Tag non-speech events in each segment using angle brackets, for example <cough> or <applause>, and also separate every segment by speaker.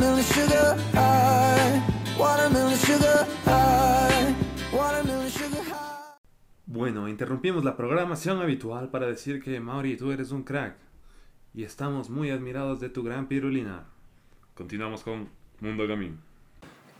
Speaker 1: sugar high, watermelon sugar high, watermelon sugar high.
Speaker 2: Bueno, interrumpimos la programación habitual para decir que Mauri, tú eres un crack y estamos muy admirados de tu gran pirulina. Continuamos con Mundo Gamín.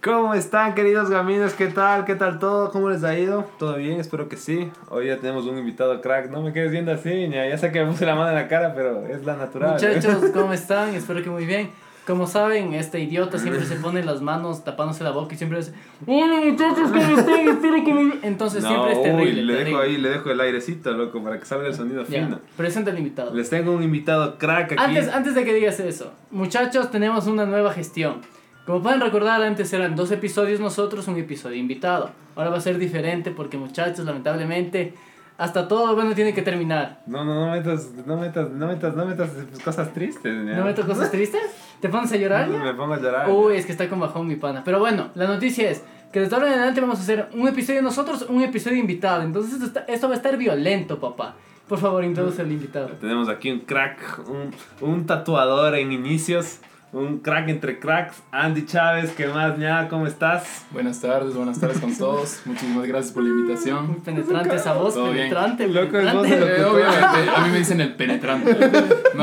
Speaker 3: ¿Cómo están queridos gaminos? ¿Qué tal? ¿Qué tal todo? ¿Cómo les ha ido? ¿Todo bien? Espero que sí. Hoy ya tenemos un invitado crack. No me quedes viendo así, niña. Ya sé que me puse la mano en la cara, pero es la natural. ¿eh? <laughs>
Speaker 4: Muchachos, ¿cómo están? Espero que muy bien. Como saben, este idiota siempre se pone las manos tapándose la boca y siempre dice, hola muchachos, ¿cómo están? Espero que muy bien. Entonces
Speaker 3: No,
Speaker 4: siempre es
Speaker 3: uy,
Speaker 4: terrible.
Speaker 3: le dejo
Speaker 4: terrible.
Speaker 3: ahí, le dejo el airecito, loco, para que salga el sonido
Speaker 4: Ya,
Speaker 3: fino.
Speaker 4: presenta al invitado.
Speaker 3: Les tengo un invitado crack aquí.
Speaker 4: Antes, antes de que digas eso, muchachos, tenemos una nueva gestión. Como pueden recordar, antes eran dos episodios nosotros, un episodio invitado. Ahora va a ser diferente porque muchachos, lamentablemente, hasta todo bueno tiene que terminar.
Speaker 3: No, no, no metas, no metas, no metas, no metas cosas tristes, niña.
Speaker 4: ¿No meto cosas tristes? ¿Te pones a llorar? ya?
Speaker 3: <laughs> Me pongo a llorar.
Speaker 4: Uy, es que está con bajón mi pana. Pero bueno, la noticia es que desde ahora en adelante vamos a hacer un episodio nosotros, un episodio invitado. Entonces esto, está- esto va a estar violento, papá. Por favor, introduce al invitado.
Speaker 3: Tenemos aquí un crack, un, un tatuador en inicios, un crack entre cracks, Andy Chávez, ¿qué más, ña? ¿Cómo estás?
Speaker 5: Buenas tardes, buenas tardes
Speaker 4: <laughs>
Speaker 5: con todos. Muchísimas gracias por la
Speaker 4: Muy
Speaker 5: invitación.
Speaker 4: penetrante esa voz,
Speaker 5: Todo bien.
Speaker 4: penetrante.
Speaker 3: Loco, es voz de
Speaker 4: penetrante.
Speaker 5: Eh, obviamente, a mí me dicen el penetrante. No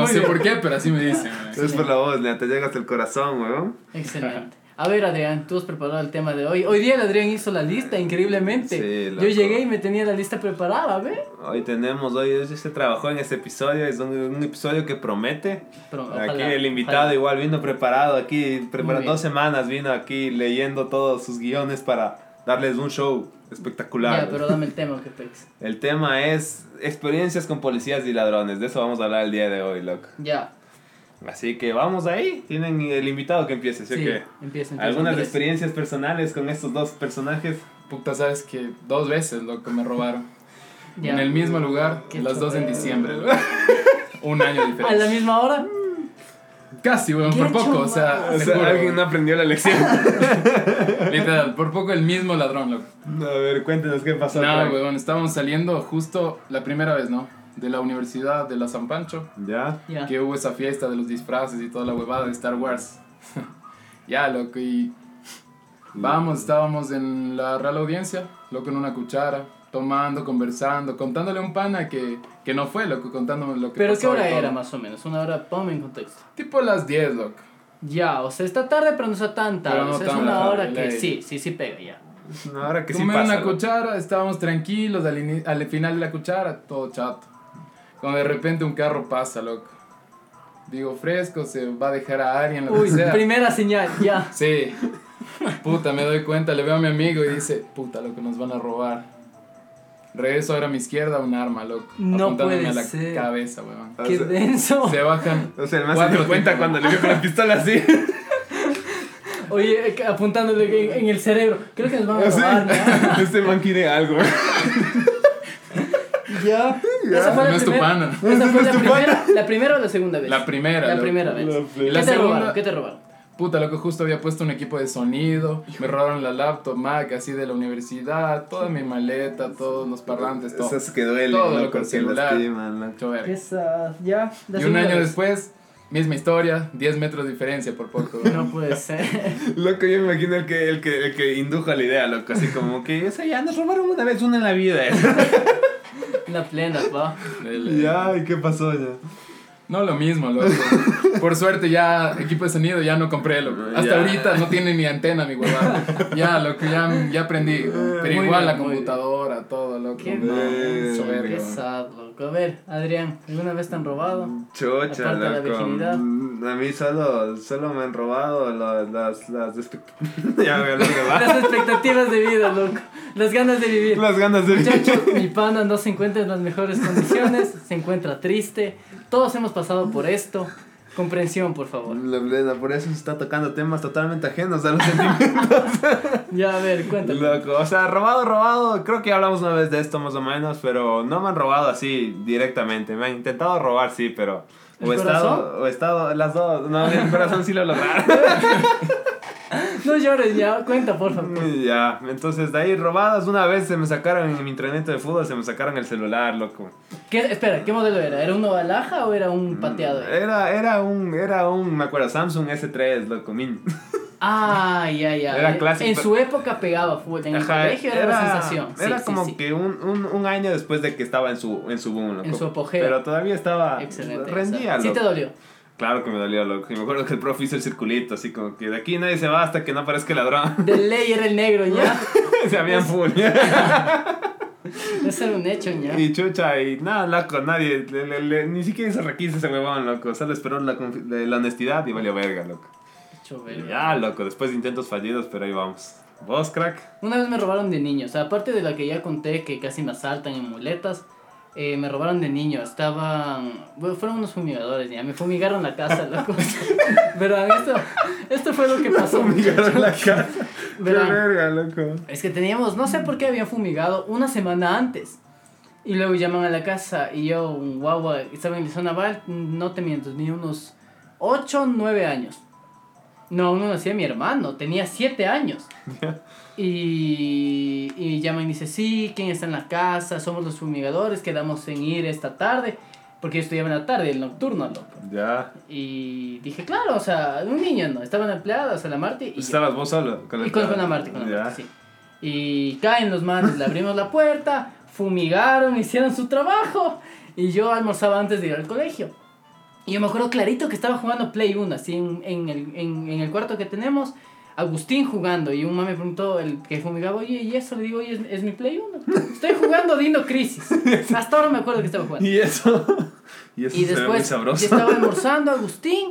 Speaker 4: <laughs> Muy
Speaker 5: sé
Speaker 4: bien.
Speaker 5: por qué, pero así me dicen. güey.
Speaker 3: Es por la voz, ña, te llega hasta el corazón, weón.
Speaker 4: Excelente. A ver, Adrián, tú has preparado el tema de hoy. Hoy día el Adrián hizo la lista, increíblemente.
Speaker 3: Sí, loco.
Speaker 4: Yo llegué y me tenía la lista preparada, a ver.
Speaker 3: Hoy tenemos, hoy, hoy se trabajó en este episodio, es un, un episodio que promete.
Speaker 4: Pero
Speaker 3: aquí
Speaker 4: ojalá,
Speaker 3: el invitado
Speaker 4: ojalá.
Speaker 3: igual vino preparado, aquí preparado,
Speaker 4: bien.
Speaker 3: dos semanas vino aquí leyendo todos sus guiones para darles un show espectacular.
Speaker 4: Ya, pero dame el tema, que pex.
Speaker 3: El tema es experiencias con policías y ladrones, de eso vamos a hablar el día de hoy, loco.
Speaker 4: Ya.
Speaker 3: Así que vamos ahí. Tienen el invitado que empiece, ¿sí,
Speaker 4: Sí,
Speaker 3: o qué?
Speaker 4: empieza. entonces,
Speaker 3: Algunas
Speaker 4: Andrés.
Speaker 3: experiencias personales con estos dos personajes.
Speaker 5: Puta, sabes que dos veces, loco, me robaron.
Speaker 4: Ya.
Speaker 5: En el mismo lugar,
Speaker 4: Qué
Speaker 5: las dos en
Speaker 4: chorreo. <laughs>
Speaker 5: diciembre, loco. Un año
Speaker 4: ¿A la
Speaker 5: diferente.
Speaker 4: misma hora?
Speaker 5: Casi, weón, por
Speaker 4: Qué
Speaker 5: poco. O sea,
Speaker 3: <laughs>
Speaker 4: chumada.
Speaker 3: O
Speaker 5: te
Speaker 3: sea,
Speaker 5: juro,
Speaker 3: alguien no aprendió la lección. <laughs>
Speaker 5: literal, por poco el mismo ladrón, loco.
Speaker 3: a ver, cuéntenos qué pasó.
Speaker 5: No,
Speaker 3: Frank.
Speaker 5: weón, estábamos saliendo justo la primera vez, ¿no? De la universidad de la San Pancho.
Speaker 3: ¿Ya?
Speaker 4: Ya.
Speaker 5: que hubo esa fiesta de los disfraces y toda la huevada de Star Wars. <laughs> ya, loco, y vamos, estábamos en la real audiencia, loco, en una cuchara, tomando, conversando, contándole a un pana que, que no fue, loco, contándome lo que
Speaker 4: ¿Pero
Speaker 5: pasó
Speaker 4: qué hora
Speaker 5: y todo.
Speaker 4: era más o menos? Una hora, ponme en contexto.
Speaker 5: Tipo las 10, loco.
Speaker 4: Ya, o sea, está tarde, pero no está tan tarde.
Speaker 5: Pero no
Speaker 4: o sea,
Speaker 5: tan
Speaker 4: es una
Speaker 5: tarde,
Speaker 4: hora que
Speaker 5: ley.
Speaker 4: sí, sí, sí pega ya.
Speaker 3: No, ahora que sí
Speaker 5: Tomé
Speaker 3: pasa.
Speaker 5: una
Speaker 3: loco.
Speaker 5: cuchara, estábamos tranquilos al, ini- al final de la cuchara, todo chato. Cuando de repente un carro pasa, loco. Digo, fresco, se va a dejar a alguien, lo que
Speaker 4: Uy,
Speaker 5: sea.
Speaker 4: primera señal,
Speaker 5: <laughs>
Speaker 4: ya.
Speaker 5: Sí. Puta, me doy cuenta, le veo a mi amigo y dice, puta, loco, nos van a robar. Regreso ahora a mi izquierda, un arma, loco.
Speaker 4: No
Speaker 5: apuntándome
Speaker 4: puede
Speaker 5: a la
Speaker 4: ser.
Speaker 5: cabeza, weón.
Speaker 3: O
Speaker 4: Qué
Speaker 3: sea,
Speaker 4: denso.
Speaker 5: Se bajan.
Speaker 3: O sea, el más se
Speaker 5: Cuatro
Speaker 3: dio cuenta
Speaker 5: tipos.
Speaker 3: cuando <laughs> le vio con la pistola así.
Speaker 4: Oye, eh, apuntándole en, en el cerebro. Creo que nos van
Speaker 3: <laughs>
Speaker 4: a
Speaker 3: O sea,
Speaker 4: robar,
Speaker 5: <laughs>
Speaker 4: ¿no?
Speaker 3: este man quiere <laughs> algo.
Speaker 4: Ya. Esa fue
Speaker 5: No
Speaker 4: la
Speaker 5: es tu
Speaker 4: primera.
Speaker 5: pana.
Speaker 4: Esa fue la primera, la primera o la segunda vez.
Speaker 5: La primera,
Speaker 4: La
Speaker 5: loco.
Speaker 4: primera vez.
Speaker 3: La
Speaker 4: ¿Qué
Speaker 3: primera.
Speaker 5: La
Speaker 4: te
Speaker 5: segunda-
Speaker 4: robaron? ¿Qué te robaron?
Speaker 5: Puta, loco, justo había puesto un equipo de sonido. Me robaron la laptop, Mac, así de la universidad. Toda mi maleta, todos los parlantes, todo.
Speaker 3: Esas que duelen,
Speaker 5: Todo,
Speaker 3: loco,
Speaker 5: loco, el
Speaker 3: que
Speaker 5: celular.
Speaker 3: lastiman, loco.
Speaker 5: Hecho verga.
Speaker 4: Esa, ya. la
Speaker 5: Y un
Speaker 4: segunda
Speaker 5: año
Speaker 4: vez.
Speaker 5: después, misma historia, 10 metros de diferencia por poco.
Speaker 4: <laughs> No puede ser. <laughs>
Speaker 3: Loco, yo me imagino el que, el que, el que indujo a la idea, loco. Así como que, o sea, ya nos robaron una vez, una en la vida.
Speaker 4: La plena, pa.
Speaker 5: El-
Speaker 3: <laughs> ya, ¿y qué pasó ya?
Speaker 5: No lo
Speaker 4: <laughs>
Speaker 5: mismo, loco. Por suerte ya equipo de sonido ya no compré, loco. Hasta
Speaker 3: Ya.
Speaker 5: ahorita no tiene ni antena mi huevada. Ya, loco, ya, ya aprendí. Pero
Speaker 4: Eh, Muy
Speaker 5: igual
Speaker 4: bien,
Speaker 5: la
Speaker 4: muy bien.
Speaker 5: computadora, todo, loco.
Speaker 4: Qué
Speaker 5: No,
Speaker 3: mal.
Speaker 5: hecho verga,
Speaker 4: Qué
Speaker 5: weón.
Speaker 4: sad, loco. A ver, Adrián, ¿alguna vez te han robado?
Speaker 3: Chocha,
Speaker 4: Aparte de la
Speaker 3: loco.
Speaker 4: virginidad.
Speaker 3: Mm, A mí solo, solo me han robado la- las, las expect- <laughs> ya, güey, lo que va.
Speaker 4: Las expectativas de vida, loco. Las ganas de vivir.
Speaker 3: Las ganas
Speaker 4: <laughs>
Speaker 3: de
Speaker 4: Muchachos, mi pana no se encuentra en las mejores condiciones, se encuentra triste. Todos hemos pasado por esto. Comprensión, por favor.
Speaker 3: La plena, por eso se está tocando temas totalmente ajenos
Speaker 4: <laughs>
Speaker 3: a los sentimientos.
Speaker 4: Ya, a ver, cuéntame.
Speaker 3: Loco, o sea, robado, robado. Creo que hablamos una vez de esto más o menos, pero no me han robado así directamente. Me han intentado robar, sí, pero.
Speaker 4: ¿El
Speaker 3: O he estado,
Speaker 4: corazón?
Speaker 3: o he estado, las dos. No, el corazón sí lo lograron.
Speaker 4: <laughs> No llores, ya, cuenta, por favor.
Speaker 3: Y Ya, entonces de ahí robadas una vez se me sacaron en mi entrenamiento de fútbol, se me sacaron el celular, loco.
Speaker 4: ¿Qué, espera, ¿qué modelo era? ¿Era un
Speaker 3: Mm,
Speaker 4: balaja
Speaker 3: eh.
Speaker 4: o era un pateado?
Speaker 3: Era, era un, era un, me acuerdo, Samsung S3, loco, min.
Speaker 4: Ah, ya, ya.
Speaker 3: Era
Speaker 4: Eh,
Speaker 3: clásico,
Speaker 4: En
Speaker 3: pero-
Speaker 4: su época pegaba fútbol. En
Speaker 3: Ajá,
Speaker 4: el colegio era, la sensación. Sí,
Speaker 3: era
Speaker 4: sí,
Speaker 3: como
Speaker 4: sí.
Speaker 3: que un, un, un año después de que estaba en su, en su boom, loco.
Speaker 4: En su apogeo.
Speaker 3: Pero todavía estaba.
Speaker 4: Excelente.
Speaker 3: Rendía,
Speaker 4: excelente. Sí te
Speaker 3: loco.
Speaker 4: dolió.
Speaker 3: Claro que me dolía, loco. Y me acuerdo que el profe hizo el circulito, así como que de aquí nadie se va hasta que no aparezca el ladrón. <laughs>
Speaker 4: De ley era el negro, ya.
Speaker 3: se habían full.
Speaker 4: Ese era un hecho, ya.
Speaker 3: y chucha, y nada, loco, nadie. le- le- le- ni siquiera hizo requisa ese huevón, loco. Solo esperó la, confi- la la honestidad y valió verga, loco.
Speaker 4: Hecho verga.
Speaker 3: Ya, loco, después de intentos fallidos, pero ahí vamos. ¿Vos, crack? <laughs>
Speaker 4: Una vez me robaron de niño, o sea, aparte de la que ya conté que casi me asaltan en muletas, eh, me robaron de niño, estaban, bueno, fueron unos fumigadores, ya me fumigaron la casa, loco. <laughs> Verán, esto, esto fue lo que pasó.
Speaker 3: Fumigaron la
Speaker 4: <laughs>
Speaker 3: casa. Qué
Speaker 4: Verán,
Speaker 3: verga, loco.
Speaker 4: es que teníamos, no sé por qué habían fumigado una semana antes. Y luego llaman a la casa y yo, un guagua, estaba en zona bar, no te miento, tenía unos 8, 9 años. No, uno nacía mi hermano, tenía 7 años. y, y llaman y dice, sí, ¿quién está en la casa? Somos los fumigadores, quedamos en ir esta tarde. Porque yo estudiaba en la tarde, el nocturno, loco.
Speaker 3: Ya.
Speaker 4: Y dije, claro, o sea, un niño no, estaba en la empleada, o sea, la Marti. Y yo.
Speaker 3: ¿Estabas vos solo? Con
Speaker 4: Y con, con la Marti, con la Marti, sí. Y caen los manos, le abrimos la puerta, fumigaron, hicieron su trabajo. Y yo almorzaba antes de ir al colegio. Y yo me acuerdo clarito que estaba jugando Play 1, así en, en el, en- en el cuarto que tenemos. Agustín jugando y un mame preguntó, el que fumigaba, oye, y eso le digo, oye, es, es mi Play 1. Estoy jugando Dino Crisis. Hasta ahora me acuerdo que estaba jugando.
Speaker 3: Y eso. <laughs> Y eso
Speaker 4: Y
Speaker 3: se ve muy
Speaker 4: después yo
Speaker 3: sabroso.
Speaker 4: estaba almorzando Agustín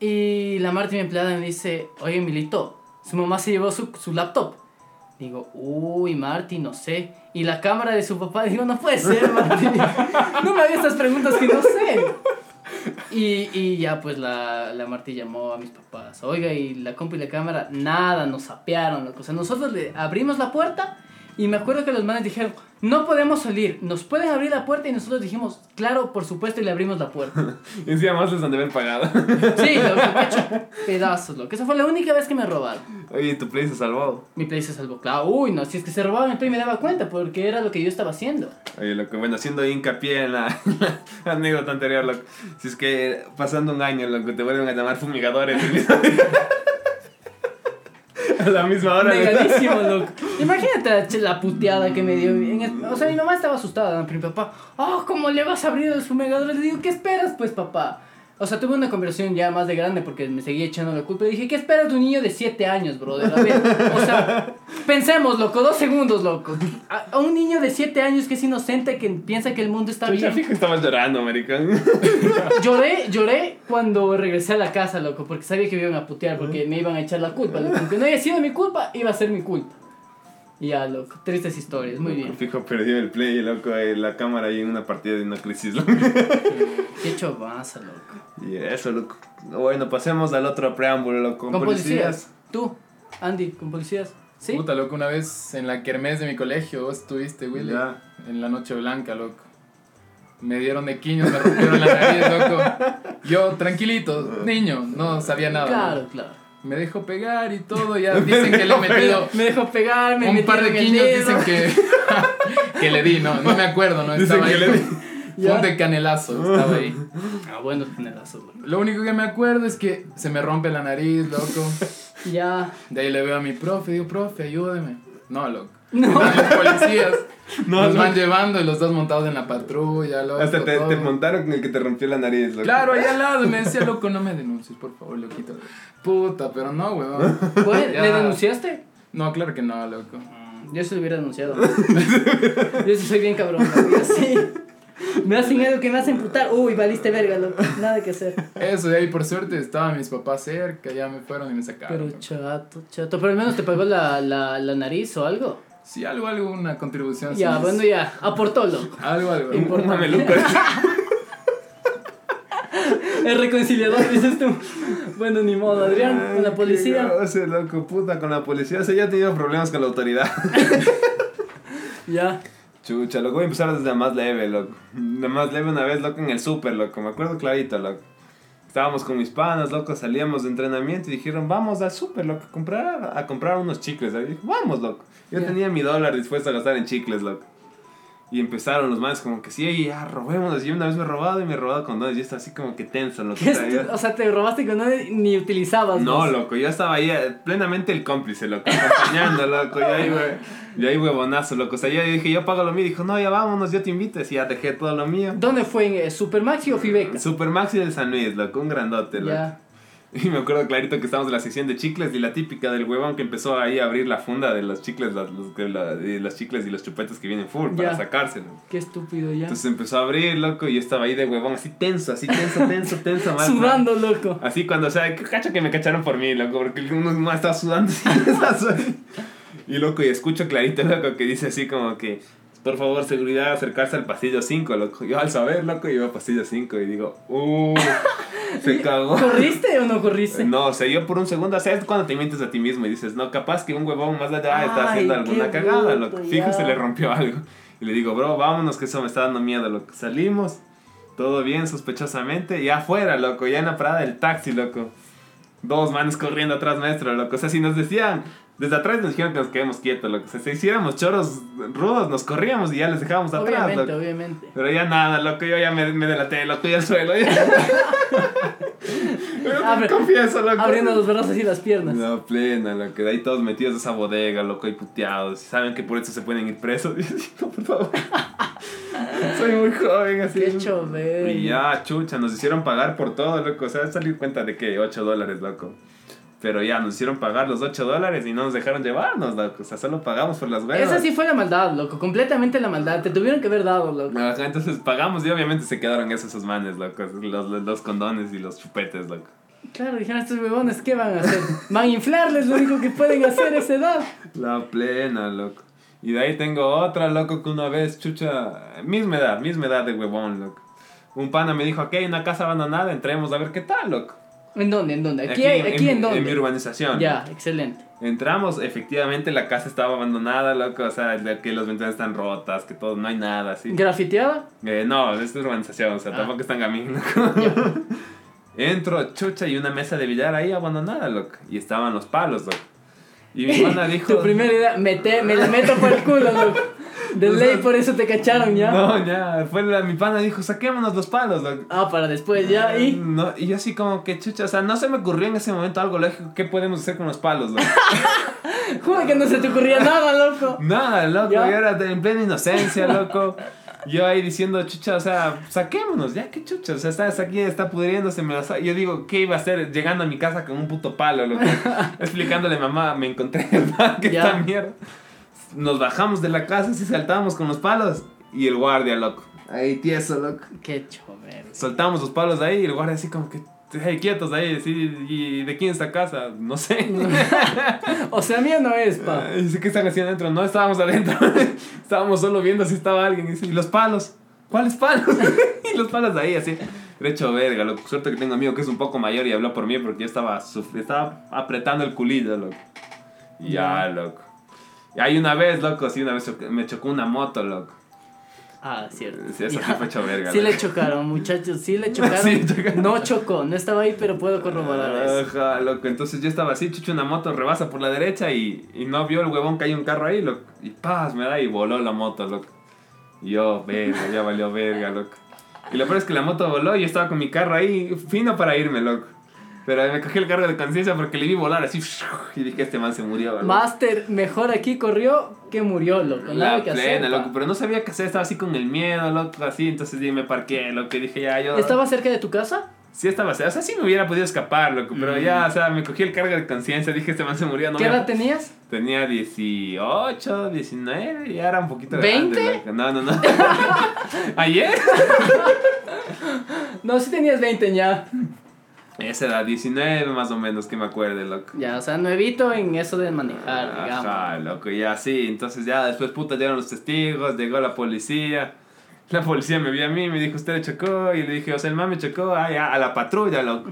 Speaker 4: y la Marti mi empleada me dice, oye Milito, su mamá se llevó su, su laptop. Digo, uy Marti, no sé. Y la cámara de su papá, digo, no puede ser Marti. <laughs> no me hagas estas preguntas que no sé. Y, y ya pues la, la Marti llamó a mis papás, oiga, y la compu y la cámara, nada, nos sapearon, loco. O sea, nosotros le abrimos la puerta y me acuerdo que los manes dijeron, no podemos salir, nos pueden abrir la puerta y nosotros dijimos, claro, por supuesto, y le abrimos la puerta.
Speaker 3: Y <laughs> encima más les han de haber pagado. <laughs>
Speaker 4: Sí, lo que he hecho pedazos, lo que esa fue la única vez que me robaron.
Speaker 3: Oye, tu play se salvó.
Speaker 4: Mi play se salvó, claro, uy, no, si es que se robaban el play me daba cuenta porque era lo que yo estaba haciendo.
Speaker 3: Oye, loco, bueno, haciendo hincapié en la, <laughs> la anécdota anterior, loco. Si es que pasando un año, loco, te vuelven a llamar fumigadores. <laughs> a la misma hora. ¿verdad?
Speaker 4: Negadísimo, loco. Imagínate la, ch- la puteada que me dio. En el- o sea, mi mamá estaba asustada, pero mi papá, oh, ¿cómo le vas a abrir el fumigador? Le digo, ¿qué esperas, pues, papá? O sea, tuve una conversación ya más de grande porque me seguía echando la culpa. Le dije, ¿qué esperas de un niño de 7 años, brother? A ver, o sea, pensemos, loco, dos segundos, loco. A, a un niño de 7 años que es inocente, que piensa que el mundo está
Speaker 3: Chucha,
Speaker 4: bien.
Speaker 3: fijo, estabas llorando, maricón.
Speaker 4: Lloré, lloré cuando regresé a la casa, loco, porque sabía que me iban a putear, porque me iban a echar la culpa, loco. Aunque no haya sido mi culpa, iba a ser mi culpa. Y ya, loco, tristes historias, muy bien.
Speaker 3: Fijo, perdió el play, loco, eh, la cámara ahí en una partida de una crisis, loco.
Speaker 4: Qué chovaza, loco.
Speaker 3: Y eso, loco. Bueno, pasemos al otro preámbulo, loco.
Speaker 4: Con policías. Tú, Andy, con policías. ¿Sí?
Speaker 5: Puta, loco, una vez en la kermés de mi colegio, vos estuviste, Willy.
Speaker 3: Ya.
Speaker 5: En la noche blanca, loco. Me dieron de quiños, me rompieron la nariz, loco. Yo, tranquilito,
Speaker 4: Ah.
Speaker 5: niño, no sabía nada.
Speaker 4: Claro, claro.
Speaker 5: ¿no? Me dejó pegar y
Speaker 4: <laughs>
Speaker 5: todo, ya dicen que le he metido
Speaker 4: Me dejó pegar, me
Speaker 5: un par de
Speaker 4: metieron el
Speaker 5: quiños,
Speaker 4: dedo.
Speaker 5: dicen
Speaker 4: <laughs>
Speaker 5: que, que <laughs> le di, no, no me acuerdo, no
Speaker 3: Dicen
Speaker 5: estaba
Speaker 3: que
Speaker 5: ahí.
Speaker 3: le di. <laughs>
Speaker 5: Fue Un de canelazo, estaba ahí.
Speaker 4: Ah, bueno, tener azul.
Speaker 5: Lo único que me acuerdo es que se me rompe la nariz, loco.
Speaker 4: Ya.
Speaker 5: De ahí le veo a mi profe, digo, profe, ayúdeme. No,
Speaker 3: <laughs>
Speaker 5: loco.
Speaker 4: No.
Speaker 5: Están los policías.
Speaker 3: No,
Speaker 5: nos
Speaker 3: no.
Speaker 5: van llevando y los dos montados en la patrulla, loco.
Speaker 3: Hasta te,
Speaker 5: todo.
Speaker 3: te montaron con el que te rompió la nariz, loco.
Speaker 5: Claro, ahí al lado. Y me decía, loco, no me denuncies, por favor, loquito. Puta, pero
Speaker 3: <laughs>
Speaker 5: no, weón.
Speaker 4: Güey,
Speaker 5: Ya.
Speaker 4: ¿Le denunciaste?
Speaker 5: No, claro que no, loco.
Speaker 4: Yo se lo hubiera denunciado.
Speaker 3: <laughs>
Speaker 4: Yo sí soy bien cabrón. loco, yo sí. Me hacen algo que me hace emputar. Uy, valiste verga, loco. Nada que hacer.
Speaker 5: Eso, de ahí por suerte estaban mis papás cerca, ya me fueron y me sacaron.
Speaker 4: Pero
Speaker 5: loco.
Speaker 4: chato, chato. Pero al menos te pagó la, la, la nariz o algo.
Speaker 5: Sí, algo, algo, una contribución.
Speaker 4: Ya,
Speaker 5: sí,
Speaker 4: bueno,
Speaker 5: sí.
Speaker 4: ya. Aportó, loco.
Speaker 5: Algo, algo.
Speaker 3: Un- un mameluco.
Speaker 4: El reconciliador, <laughs> dices tú. Bueno, ni modo, Adrián. Con la
Speaker 3: Ay,
Speaker 4: policía.
Speaker 3: qué goce, loco, puta, con la policía. O sea, ya he tenido problemas con la autoridad. <laughs>
Speaker 4: Ya.
Speaker 3: Chucha, loco, voy a empezar desde la más leve, loco. La más leve una vez, loco, en el súper, loco. Me acuerdo clarito, loco. Estábamos con mis panas, loco, salíamos de entrenamiento y dijeron, vamos al súper, loco, a comprar, a comprar unos chicles. Y dije, vamos, loco. Yo
Speaker 4: Ya.
Speaker 3: tenía mi dólar dispuesto a gastar en chicles, loco. Y empezaron los manes como que sí, y ya robémonos. Y una vez me he robado y me he robado con dos. Y yo estaba así como que tenso,
Speaker 4: <laughs>
Speaker 3: loco.
Speaker 4: ¿Qué
Speaker 3: o sea, yo-
Speaker 4: estu- o sea, te robaste con nadie ni utilizabas. pues.
Speaker 3: No,
Speaker 4: vos.
Speaker 3: loco, yo estaba ahí eh, plenamente el cómplice, loco, acompañando,
Speaker 4: <laughs>
Speaker 3: loco. Yo ahí, hue- yo ahí huevonazo, loco. O sea, yo dije, yo pago lo mío. Dijo, no, ya vámonos, yo te invito. Y ya dejé todo lo mío.
Speaker 4: ¿Dónde fue? ¿En eh, Supermaxi o Fibeca?
Speaker 3: Super Maxi del San Luis, loco, un grandote, loco.
Speaker 4: Ya.
Speaker 3: <laughs> Y me acuerdo clarito que estábamos en la sección de chicles y la típica del huevón que empezó ahí a abrir la funda de los chicles, las, los, que la- de los chicles y los chupetes que vienen full para
Speaker 4: Ya.
Speaker 3: sacárselo.
Speaker 4: Qué estúpido ya.
Speaker 3: Entonces empezó a abrir, loco, y yo estaba ahí de huevón, así tenso, así tenso, tenso, tenso,
Speaker 4: <laughs>
Speaker 3: más.
Speaker 4: Sudando, loco.
Speaker 3: Así cuando, o sea, que cacho que me cacharon por mí, loco, porque uno más estaba sudando. <laughs> así, estaba sudando. y loco, y escucho clarito, loco, que dice así como que, por favor, seguridad, acercarse al pasillo 5, loco. Yo al saber, loco, yo al pasillo 5 y digo, uh, se cagó.
Speaker 4: ¿Corriste o no corriste?
Speaker 3: Eh, No, o sea, yo por un segundo, o sea, es cuando te mientes a ti mismo y dices, no, capaz que un huevón más allá está
Speaker 4: Ay,
Speaker 3: haciendo
Speaker 4: qué
Speaker 3: alguna cagada,
Speaker 4: bruto,
Speaker 3: loco.
Speaker 4: ya.
Speaker 3: Fijo, se le rompió algo. Y le digo, bro, vámonos, que eso me está dando miedo, loco. Salimos, todo bien, sospechosamente, ya afuera, loco, ya en la parada del taxi, loco. Dos manes corriendo atrás nuestro, loco. O sea, si nos decían, desde atrás nos dijeron que nos quedemos quietos, loco. O sea, si hiciéramos choros rudos, nos corríamos y ya les dejábamos atrás,
Speaker 4: obviamente,
Speaker 3: loco.
Speaker 4: obviamente.
Speaker 3: Pero ya nada, loco, yo ya me, me delaté, loco, ya al suelo.
Speaker 4: <laughs>
Speaker 3: Ya. Yo
Speaker 4: Abre-
Speaker 3: confieso, loco.
Speaker 4: Abriendo los brazos y las piernas.
Speaker 3: No, plena, loco. De ahí todos metidos a esa bodega, loco, y puteados. Y saben que por eso se pueden ir presos. <laughs> Y yo así, no, por favor. Soy muy joven, así.
Speaker 4: Qué chover.
Speaker 3: Y ya, chucha, nos hicieron pagar por todo, loco. O sea, salí cuenta de que 8 dólares, loco. Pero ya, nos hicieron pagar los 8 dólares y no nos dejaron llevarnos, loco. O sea, solo pagamos por las huevas.
Speaker 4: Esa sí fue la maldad, loco. Completamente la maldad. Te tuvieron que haber dado, loco.
Speaker 3: Ajá, entonces pagamos y obviamente se quedaron esos, esos manes, loco. Los, los, los condones y los chupetes, loco.
Speaker 4: Claro, dijeron estos huevones, ¿qué van a hacer? Van a inflarles, lo único que pueden hacer es edad.
Speaker 3: La plena, loco. Y de ahí tengo otra, loco, que una vez, chucha, misma edad, misma edad de huevón, loco. Un pana me dijo, aquí hay una casa abandonada, entremos a ver qué tal, loco.
Speaker 4: ¿En dónde? ¿En dónde? ¿Aquí, aquí, en, dónde?
Speaker 3: En mi urbanización.
Speaker 4: Ya, excelente.
Speaker 3: Entramos, efectivamente la casa estaba abandonada, loco, o sea, de que las ventanas están rotas, que todo, no hay nada, así.
Speaker 4: ¿Grafiteada?
Speaker 3: Eh, no, es urbanización, o sea,
Speaker 4: Ah.
Speaker 3: tampoco están gamín, loco. <laughs> Entro, chucha, y una mesa de billar ahí abandonada, loco. Y estaban los palos, loco. Y mi
Speaker 4: <laughs>
Speaker 3: pana dijo...
Speaker 4: Tu primera idea, mete, me la meto por el culo, loco. De ley, por eso te cacharon ya.
Speaker 3: No, ya, fue la, mi pana dijo, saquémonos los palos, loco.
Speaker 4: Ah, para después ya. Y
Speaker 3: No, y yo así como que chucha, o sea, no se me ocurrió en ese momento algo lógico, ¿qué podemos hacer con los palos, loco?
Speaker 4: juro que no se te ocurría nada, loco.
Speaker 3: Nada, loco,
Speaker 4: Ya.
Speaker 3: yo era de- en plena inocencia, loco. Yo ahí diciendo, chucha, o sea, saquémonos, ya, qué chucha, o sea, estás aquí, está pudriéndose, me la sa- Yo digo, ¿qué iba a hacer llegando a mi casa con un puto palo, <laughs> loco? Explicándole, mamá, me encontré el parque,
Speaker 4: Ya.
Speaker 3: esta mierda. Nos bajamos de la casa y saltábamos con los palos. Y el guardia, loco. Ahí tieso, loco.
Speaker 4: Qué chover.
Speaker 3: soltamos los palos de ahí y el guardia así como que "Ey, quietos ahí así, y de quién es esta casa no sé
Speaker 4: O sea, mía no es, pa.
Speaker 3: y Eh, dice qué están haciendo adentro no estábamos adentro <laughs> estábamos solo viendo si estaba alguien y dice, y los palos cuáles palos <laughs> y los palos de ahí así de hecho verga loco suerte que tengo un amigo que es un poco mayor y habló por mí porque yo estaba suf- estaba apretando el culillo loco Y ya loco y hay una vez loco sí una vez choqué- me chocó una moto loco
Speaker 4: Ah, cierto.
Speaker 3: Sí, eso sí
Speaker 4: Ya.
Speaker 3: fue hecho verga,
Speaker 4: Sí
Speaker 3: loco.
Speaker 4: le chocaron, muchachos, sí le chocaron.
Speaker 3: <laughs> Sí, chocaron. Ah,
Speaker 4: No chocó, no estaba ahí, pero puedo corroborar eso.
Speaker 3: Ajá, loco. Entonces yo estaba así, chucho, una moto rebasa por la derecha y, y no vio el huevón que hay un carro ahí, loco. Y paz, me da y voló la moto, loco. Y yo, verga, ya valió verga, loco. Y lo peor es que la moto voló y yo estaba con mi carro ahí, fino para irme, loco. Pero me cogí el cargo de conciencia porque le vi volar así y dije, este man se murió, loco".
Speaker 4: Master, mejor aquí corrió que murió, loco.
Speaker 3: La
Speaker 4: Nada que
Speaker 3: plena,
Speaker 4: hacer. pa.
Speaker 3: loco, pero no sabía qué hacer, estaba así con el miedo, loco, así, entonces y me parqué, loco, que dije, ya, yo...
Speaker 4: ¿Estaba cerca de tu casa?
Speaker 3: Sí estaba, o sea, sí me hubiera podido escapar, loco, pero ya, o sea, me cogí el cargo de conciencia, dije, este man se murió, no
Speaker 4: ¿Qué
Speaker 3: me-
Speaker 4: edad tenías?
Speaker 3: Tenía 18, 19, ya era un poquito
Speaker 4: ¿Veinte?
Speaker 3: grande, loco. No, no,
Speaker 4: <laughs>
Speaker 3: no. ¿Ayer?
Speaker 4: No, sí tenías 20 ya.
Speaker 3: Esa edad, 19 más o menos, que me acuerde, loco.
Speaker 4: Ya, o sea, nuevito en eso de manejar,
Speaker 3: Ah,
Speaker 4: digamos.
Speaker 3: Ajá, loco, ya sí. Entonces ya después, puta, llegaron los testigos, llegó la policía. La policía me vio a mí, me dijo, usted le chocó. Y le dije, o sea, el man me chocó ah, ya, a la patrulla, loco.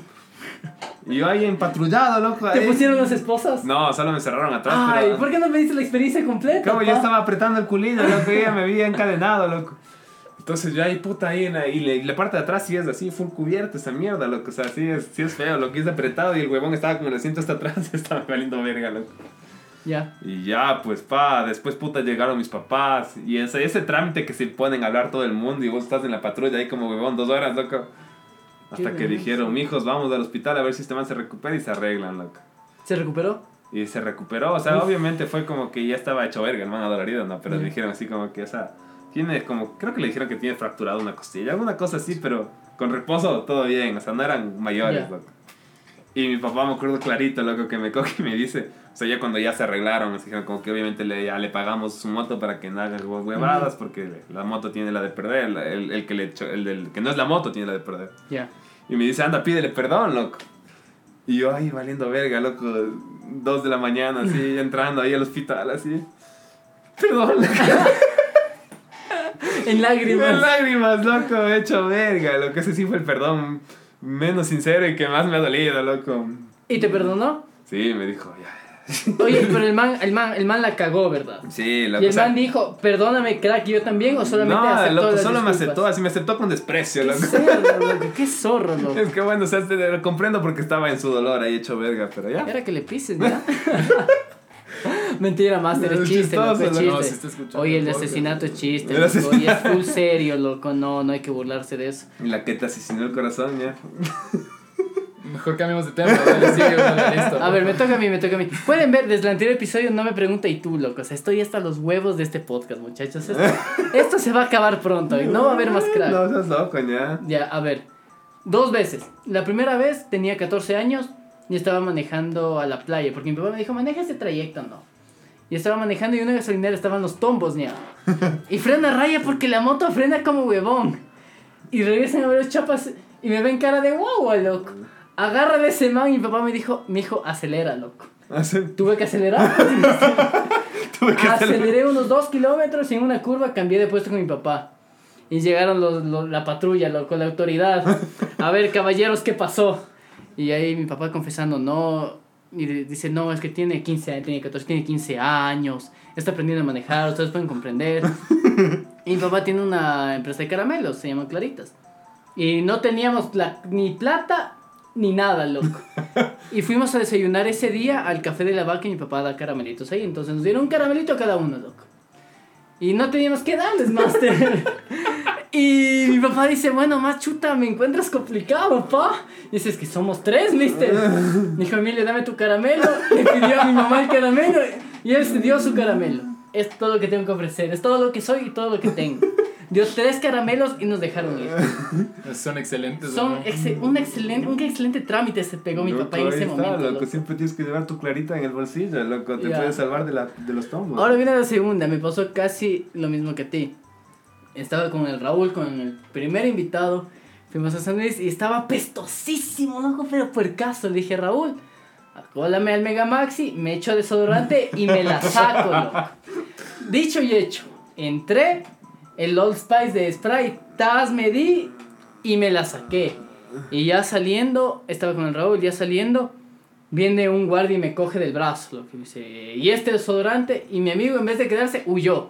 Speaker 3: Y yo ahí empatrullado, loco.
Speaker 4: ¿Te
Speaker 3: ahí.
Speaker 4: pusieron las esposas?
Speaker 3: No, solo me cerraron atrás.
Speaker 4: Ay,
Speaker 3: pero-
Speaker 4: ¿por qué no me diste la experiencia completa?
Speaker 3: Como yo
Speaker 4: pa?
Speaker 3: estaba apretando el culino, loco, y ella me había encadenado, loco. Entonces yo ahí, puta, ahí en la, y la, y la parte de atrás sí es así, full cubierta esa mierda, loco. O sea, <laughs> sí es, sí es feo, lo que es apretado y el huevón estaba con el asiento hasta atrás, estaba valiendo verga, loco.
Speaker 4: Ya.
Speaker 3: Y ya, pues, pa, después, puta, llegaron mis papás. Y ese, ese trámite que se ponen a hablar todo el mundo y vos estás en la patrulla ahí como huevón dos horas, loco. Hasta
Speaker 4: Qué
Speaker 3: que
Speaker 4: vergüenza.
Speaker 3: dijeron, mijos, vamos al hospital a ver si este man se recupera y se arreglan, loco.
Speaker 4: ¿Se recuperó?
Speaker 3: Y se recuperó, o sea,
Speaker 4: Uf.
Speaker 3: obviamente fue como que ya estaba hecho verga el man adolorido, ¿no? Pero
Speaker 4: Ya.
Speaker 3: le dijeron así como que, o sea, tiene como, creo que le dijeron que tiene fracturado una costilla, alguna cosa así, pero con reposo todo bien, o sea, no eran mayores,
Speaker 4: Ya.
Speaker 3: loco. Y mi papá me acuerdo clarito, loco, que me coge y me dice, o sea, ya cuando ya se arreglaron, nos dijeron como que obviamente le, ya le pagamos su moto para que no haga hue- huevadas, porque la moto tiene la de perder, la- el, el que le cho- el del- que no es la moto tiene la de perder.
Speaker 4: Ya.
Speaker 3: Y me dice, anda, pídele perdón, loco. Y yo, ay, valiendo verga, loco. Dos de la mañana,
Speaker 4: <laughs>
Speaker 3: así, entrando ahí al hospital, así. Perdón, loco.
Speaker 4: En
Speaker 3: Con <laughs>
Speaker 4: lágrimas.
Speaker 3: lágrimas, loco, hecho verga, loco. Ese sí fue el perdón menos sincero y que más me ha dolido, loco.
Speaker 4: ¿Y te perdonó?
Speaker 3: Sí, me dijo, ya.
Speaker 4: Oye, pero el man, el man, el man la cagó, ¿verdad?
Speaker 3: Sí, loco.
Speaker 4: Y
Speaker 3: o
Speaker 4: el
Speaker 3: sea,
Speaker 4: man dijo, perdóname, crack, ¿y yo también, o solamente
Speaker 3: no,
Speaker 4: aceptó
Speaker 3: loco,
Speaker 4: las
Speaker 3: solo me
Speaker 4: disculpas?
Speaker 3: aceptó, así me aceptó con desprecio,
Speaker 4: Qué
Speaker 3: loco.
Speaker 4: cerdo, loco, qué zorro, loco.
Speaker 3: <laughs> Es que bueno, o sea, te lo comprendo porque estaba en su dolor ahí hecho verga, pero ya.
Speaker 4: Era que le pises, ¿ya? <laughs> Mentira, Master,
Speaker 3: No,
Speaker 4: es
Speaker 3: es
Speaker 4: chiste, loco,
Speaker 3: chistoso,
Speaker 4: es
Speaker 3: no,
Speaker 4: chiste.
Speaker 5: si está escuchando
Speaker 4: Oye, el
Speaker 5: el
Speaker 4: de
Speaker 5: podcast,
Speaker 4: asesinato es chiste,
Speaker 3: El
Speaker 4: loco, y es
Speaker 3: asesinato.
Speaker 4: full serio, loco, no, no hay que burlarse de eso.
Speaker 3: Y la que te asesinó el corazón, ya.
Speaker 5: Mejor cambiamos de tema, dale, sigue, dale, listo.
Speaker 4: A ver, me toca a mí, me toca a mí. Pueden ver, desde el anterior episodio no me pregunta y tú, loco, o sea, estoy hasta los huevos de este podcast, muchachos. Esto, esto se va a acabar pronto y no va a haber más crack.
Speaker 3: No seas loco, ya.
Speaker 4: Ya, a ver. Dos veces. La primera vez tenía 14 años y estaba manejando a la playa. Porque mi papá me dijo, maneja ese trayecto, no. Y estaba manejando y en una gasolinera estaban los tombos, ña. Y frena a raya porque la moto frena como huevón. Y regresan a ver los chapas y me ven cara de guagua, loco. Agarra de ese man y mi papá me dijo, mi hijo, acelera, loco.
Speaker 3: Hace-
Speaker 4: Tuve que acelerar. <laughs>
Speaker 3: <laughs> Tuve que hacer-
Speaker 4: Aceleré unos dos kilómetros y en una curva cambié de puesto con mi papá. Y llegaron los, los- la patrulla, con la autoridad. A ver, caballeros, ¿qué pasó? Y ahí mi papá confesando, no. Y di- dice, no, es que tiene 15 años, tiene 14, tiene 15 años. Está aprendiendo a manejar, ustedes
Speaker 3: <laughs>
Speaker 4: pueden comprender. y mi papá tiene una empresa de caramelos, se llaman Claritas. Y no teníamos la- ni plata ni nada, loco. Y fuimos a desayunar ese día al café de la vaca y mi papá da caramelitos ahí. Entonces nos dieron un caramelito a cada uno, loco. Y no teníamos que darles, Master. <laughs> y mi papá dice, bueno, más chuta, me encuentras complicado, pa. Y dice, es que somos tres, mister.
Speaker 3: <laughs>
Speaker 4: Mi familia, dame tu caramelo. Le pidió a mi mamá el caramelo y él se dio su caramelo. Es todo lo que tengo que ofrecer, es todo lo que soy y todo lo que tengo. Dio tres caramelos y nos
Speaker 3: <laughs>
Speaker 4: dejaron ir.
Speaker 5: Son excelentes.
Speaker 4: Son
Speaker 5: ¿no?
Speaker 4: exe- un, excelente, un excelente trámite se pegó mi
Speaker 3: Loco,
Speaker 4: papá en
Speaker 3: ahí
Speaker 4: ese
Speaker 3: está,
Speaker 4: momento.
Speaker 3: Loco.
Speaker 4: loco.
Speaker 3: siempre tienes que llevar tu clarita en el bolsillo, loco. Te
Speaker 4: Ya.
Speaker 3: puedes salvar de, la, de los tombos.
Speaker 4: Ahora viene la segunda, me pasó casi lo mismo que a ti. Estaba con el Raúl, con el primer invitado, fuimos a San Luis y estaba pestosísimo, loco, pero por caso le dije, Raúl, acólame al Mega Maxi, me echo desodorante y me la saco, loco. Dicho y hecho, entré, el Old Spice de Sprite, tas me di y me la saqué. Y ya saliendo, estaba con el Raúl, ya saliendo, viene un guardia y me coge del brazo, lo que dice, y este desodorante, y mi amigo en vez de quedarse,
Speaker 3: <laughs>
Speaker 4: huyó.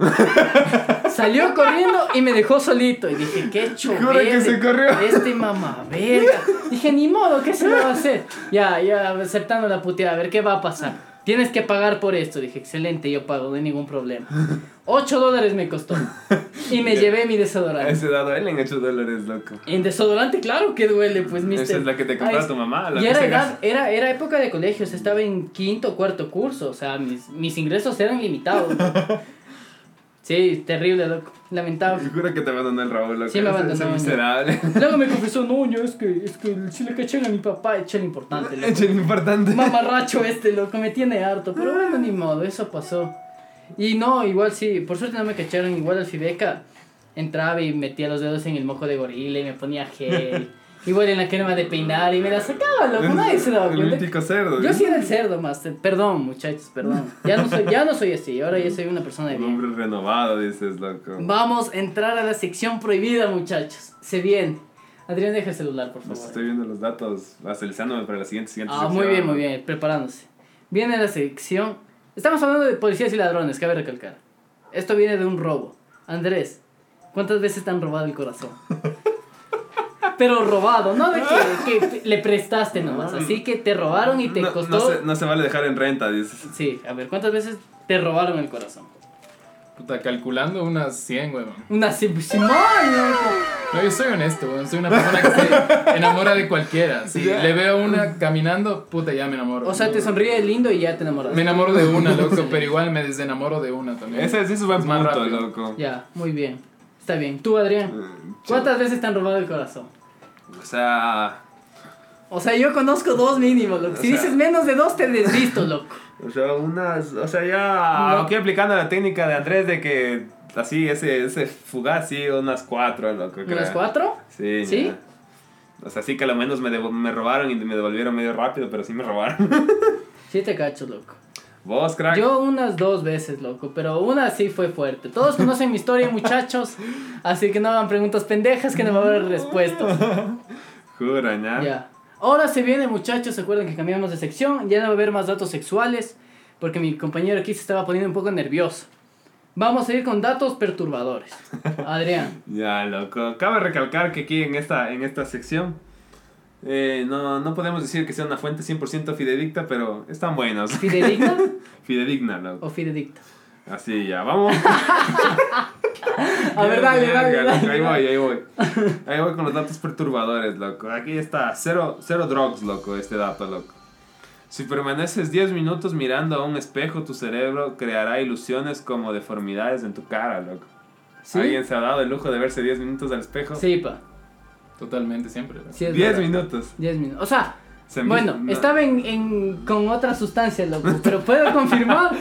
Speaker 4: Salió corriendo y me dejó solito. Y dije, qué
Speaker 3: Jura que
Speaker 4: choverde,
Speaker 3: se corrió.
Speaker 4: Este mamá, verga. Dije, ni modo, ¿qué se le va a hacer? Ya, ya, aceptando la puteada, a ver qué va a pasar. Tienes que pagar por esto. Dije, excelente, yo pago, no hay ningún problema. 8 dólares me costó. Y me llevé mi
Speaker 3: A
Speaker 4: desodorante.
Speaker 3: ese dado él en 8 dólares, loco.
Speaker 4: En desodorante, claro que duele, pues, mister.
Speaker 3: Esa es la que te
Speaker 4: Ay,
Speaker 3: compraba
Speaker 4: es-
Speaker 3: tu mamá. La
Speaker 4: Y
Speaker 3: que
Speaker 4: era
Speaker 3: se
Speaker 4: edad, era, era época de colegio, o sea, estaba en quinto, cuarto curso, o sea, mis, mis ingresos eran limitados.
Speaker 3: <laughs>
Speaker 4: loco. Sí, terrible, loco,
Speaker 3: gasta.
Speaker 4: lamentable.
Speaker 3: Jura que te abandonó el Raúl, loco.
Speaker 4: Sí,
Speaker 3: Ese-
Speaker 4: me abandonó,
Speaker 3: ese
Speaker 4: no.
Speaker 3: miserable. <laughs>
Speaker 4: Luego me confesó, no, yo es que, es que sí le caché a mi papá, hecho
Speaker 3: <laughs>
Speaker 4: lo importante, loco.
Speaker 3: Echen importante.
Speaker 4: Mamarracho este, loco, me tiene harto, pero bueno, ni modo, eso pasó. Y no, igual sí, por suerte no me cacharon, igual al Fibeca entraba y metía los dedos en el mojo de gorila y me ponía
Speaker 3: <laughs>
Speaker 4: gel. Igual en la crema de peinar y me la sacaba, loco, nadie se daba
Speaker 3: El
Speaker 4: cuenta.
Speaker 3: mítico cerdo.
Speaker 4: Yo
Speaker 3: ¿eh?
Speaker 4: sí era el cerdo, Master. Perdón, muchachos, perdón. Ya no soy, ya no soy así, ahora ya soy una persona de
Speaker 3: Un
Speaker 4: bien.
Speaker 3: hombre renovado, dices, loco.
Speaker 4: Vamos a entrar a la sección prohibida, muchachos. Se viene. Adrián, deja el celular, por
Speaker 3: Pues
Speaker 4: favor.
Speaker 3: estoy viendo los datos, actualizándome para la siguiente, siguiente
Speaker 4: Ah,
Speaker 3: sección.
Speaker 4: muy bien, muy bien, preparándose. Viene la sección. Estamos hablando de policías y ladrones, cabe recalcar. Esto
Speaker 5: <laughs>
Speaker 4: viene de un robo. Andrés, ¿cuántas veces te han robado el corazón? pero robado, no de
Speaker 5: <laughs>
Speaker 4: que, que le prestaste nomás. Así que te robaron y te
Speaker 3: No,
Speaker 4: costó.
Speaker 3: no se, no se vale dejar en renta, dices.
Speaker 4: Sí, a ver, ¿cuántas veces te robaron el corazón?
Speaker 5: Puta, calculando unas 100, weón.
Speaker 4: Una sim- Simón, loco.
Speaker 5: No, yo soy honesto, weón. Soy una persona que se enamora de cualquiera. Si le veo una caminando, puta, ya me enamoro.
Speaker 4: O sea, te sonríe lindo y ya te enamoras.
Speaker 5: Me enamoro de una,
Speaker 4: <laughs>
Speaker 5: loco, pero igual me desenamoro de una también.
Speaker 3: Ese, ese es un buen
Speaker 5: más
Speaker 3: punto,
Speaker 5: rápido.
Speaker 3: loco. Eh,
Speaker 4: Ya, muy bien. Está bien. Tú, Adrián, ¿cuántas veces te han robado el corazón?
Speaker 3: O sea,
Speaker 4: O sea, yo conozco dos mínimos, loco. Si
Speaker 3: O sea-
Speaker 4: dices menos de dos, te
Speaker 3: <laughs>
Speaker 4: desvisto, loco.
Speaker 3: O sea, unas. O sea, ya.
Speaker 4: No.
Speaker 3: Aquí aplicando la técnica de Andrés de que. Así, ese, ese fugaz, sí, unas cuatro, loco.
Speaker 4: ¿Unas
Speaker 3: creo.
Speaker 4: cuatro?
Speaker 3: Sí.
Speaker 4: ¿Sí?
Speaker 3: ya. O sea, sí que a lo menos me, devo- me robaron y me devolvieron medio rápido, pero sí me robaron. <laughs>
Speaker 4: Sí te cacho, loco.
Speaker 3: Vos, crack.
Speaker 4: Yo unas dos veces, loco, pero una sí fue fuerte. Todos conocen
Speaker 3: <laughs>
Speaker 4: mi historia, muchachos, así que no hagan preguntas pendejas que no va a haber
Speaker 3: <laughs>
Speaker 4: respuestas.
Speaker 3: Jura, ¿ya?
Speaker 4: Ya. Ahora se viene, muchachos, se acuerdan que cambiamos de sección, ya no va a haber más datos sexuales, porque mi compañero aquí se estaba poniendo un poco nervioso. Vamos a ir con datos perturbadores.
Speaker 3: <laughs>
Speaker 4: Adrián,
Speaker 3: Ya, loco. Cabe recalcar que aquí en esta, en esta sección. eh, no, no podemos decir que sea una fuente 100% fidedigna, pero están buenos.
Speaker 4: ¿fidedigna
Speaker 3: <laughs> Fidedigna, loco. <laughs>
Speaker 4: o fidedicta?
Speaker 3: Así, ya, vamos.
Speaker 4: A ver, dale, dale,
Speaker 3: Verga,
Speaker 4: dale.
Speaker 3: loco, Ahí voy, ahí voy. Ahí voy con los datos perturbadores, loco. Aquí está, cero, cero drugs, loco, este dato, loco. Si permaneces 10 minutos mirando a un espejo, tu cerebro creará ilusiones como deformidades en tu cara, loco.
Speaker 4: ¿Sí?
Speaker 3: ¿Alguien se ha dado el lujo de verse 10 minutos al espejo?
Speaker 4: Sí, pa.
Speaker 5: Totalmente, siempre. loco.
Speaker 4: Sí es
Speaker 3: 10
Speaker 4: verdad.
Speaker 3: minutos.
Speaker 4: 10 minutos. O sea,
Speaker 3: Se me-
Speaker 4: Bueno,
Speaker 3: no.
Speaker 4: estaba en, en- con otra sustancia, loco, pero
Speaker 3: <laughs>
Speaker 4: puedo confirmar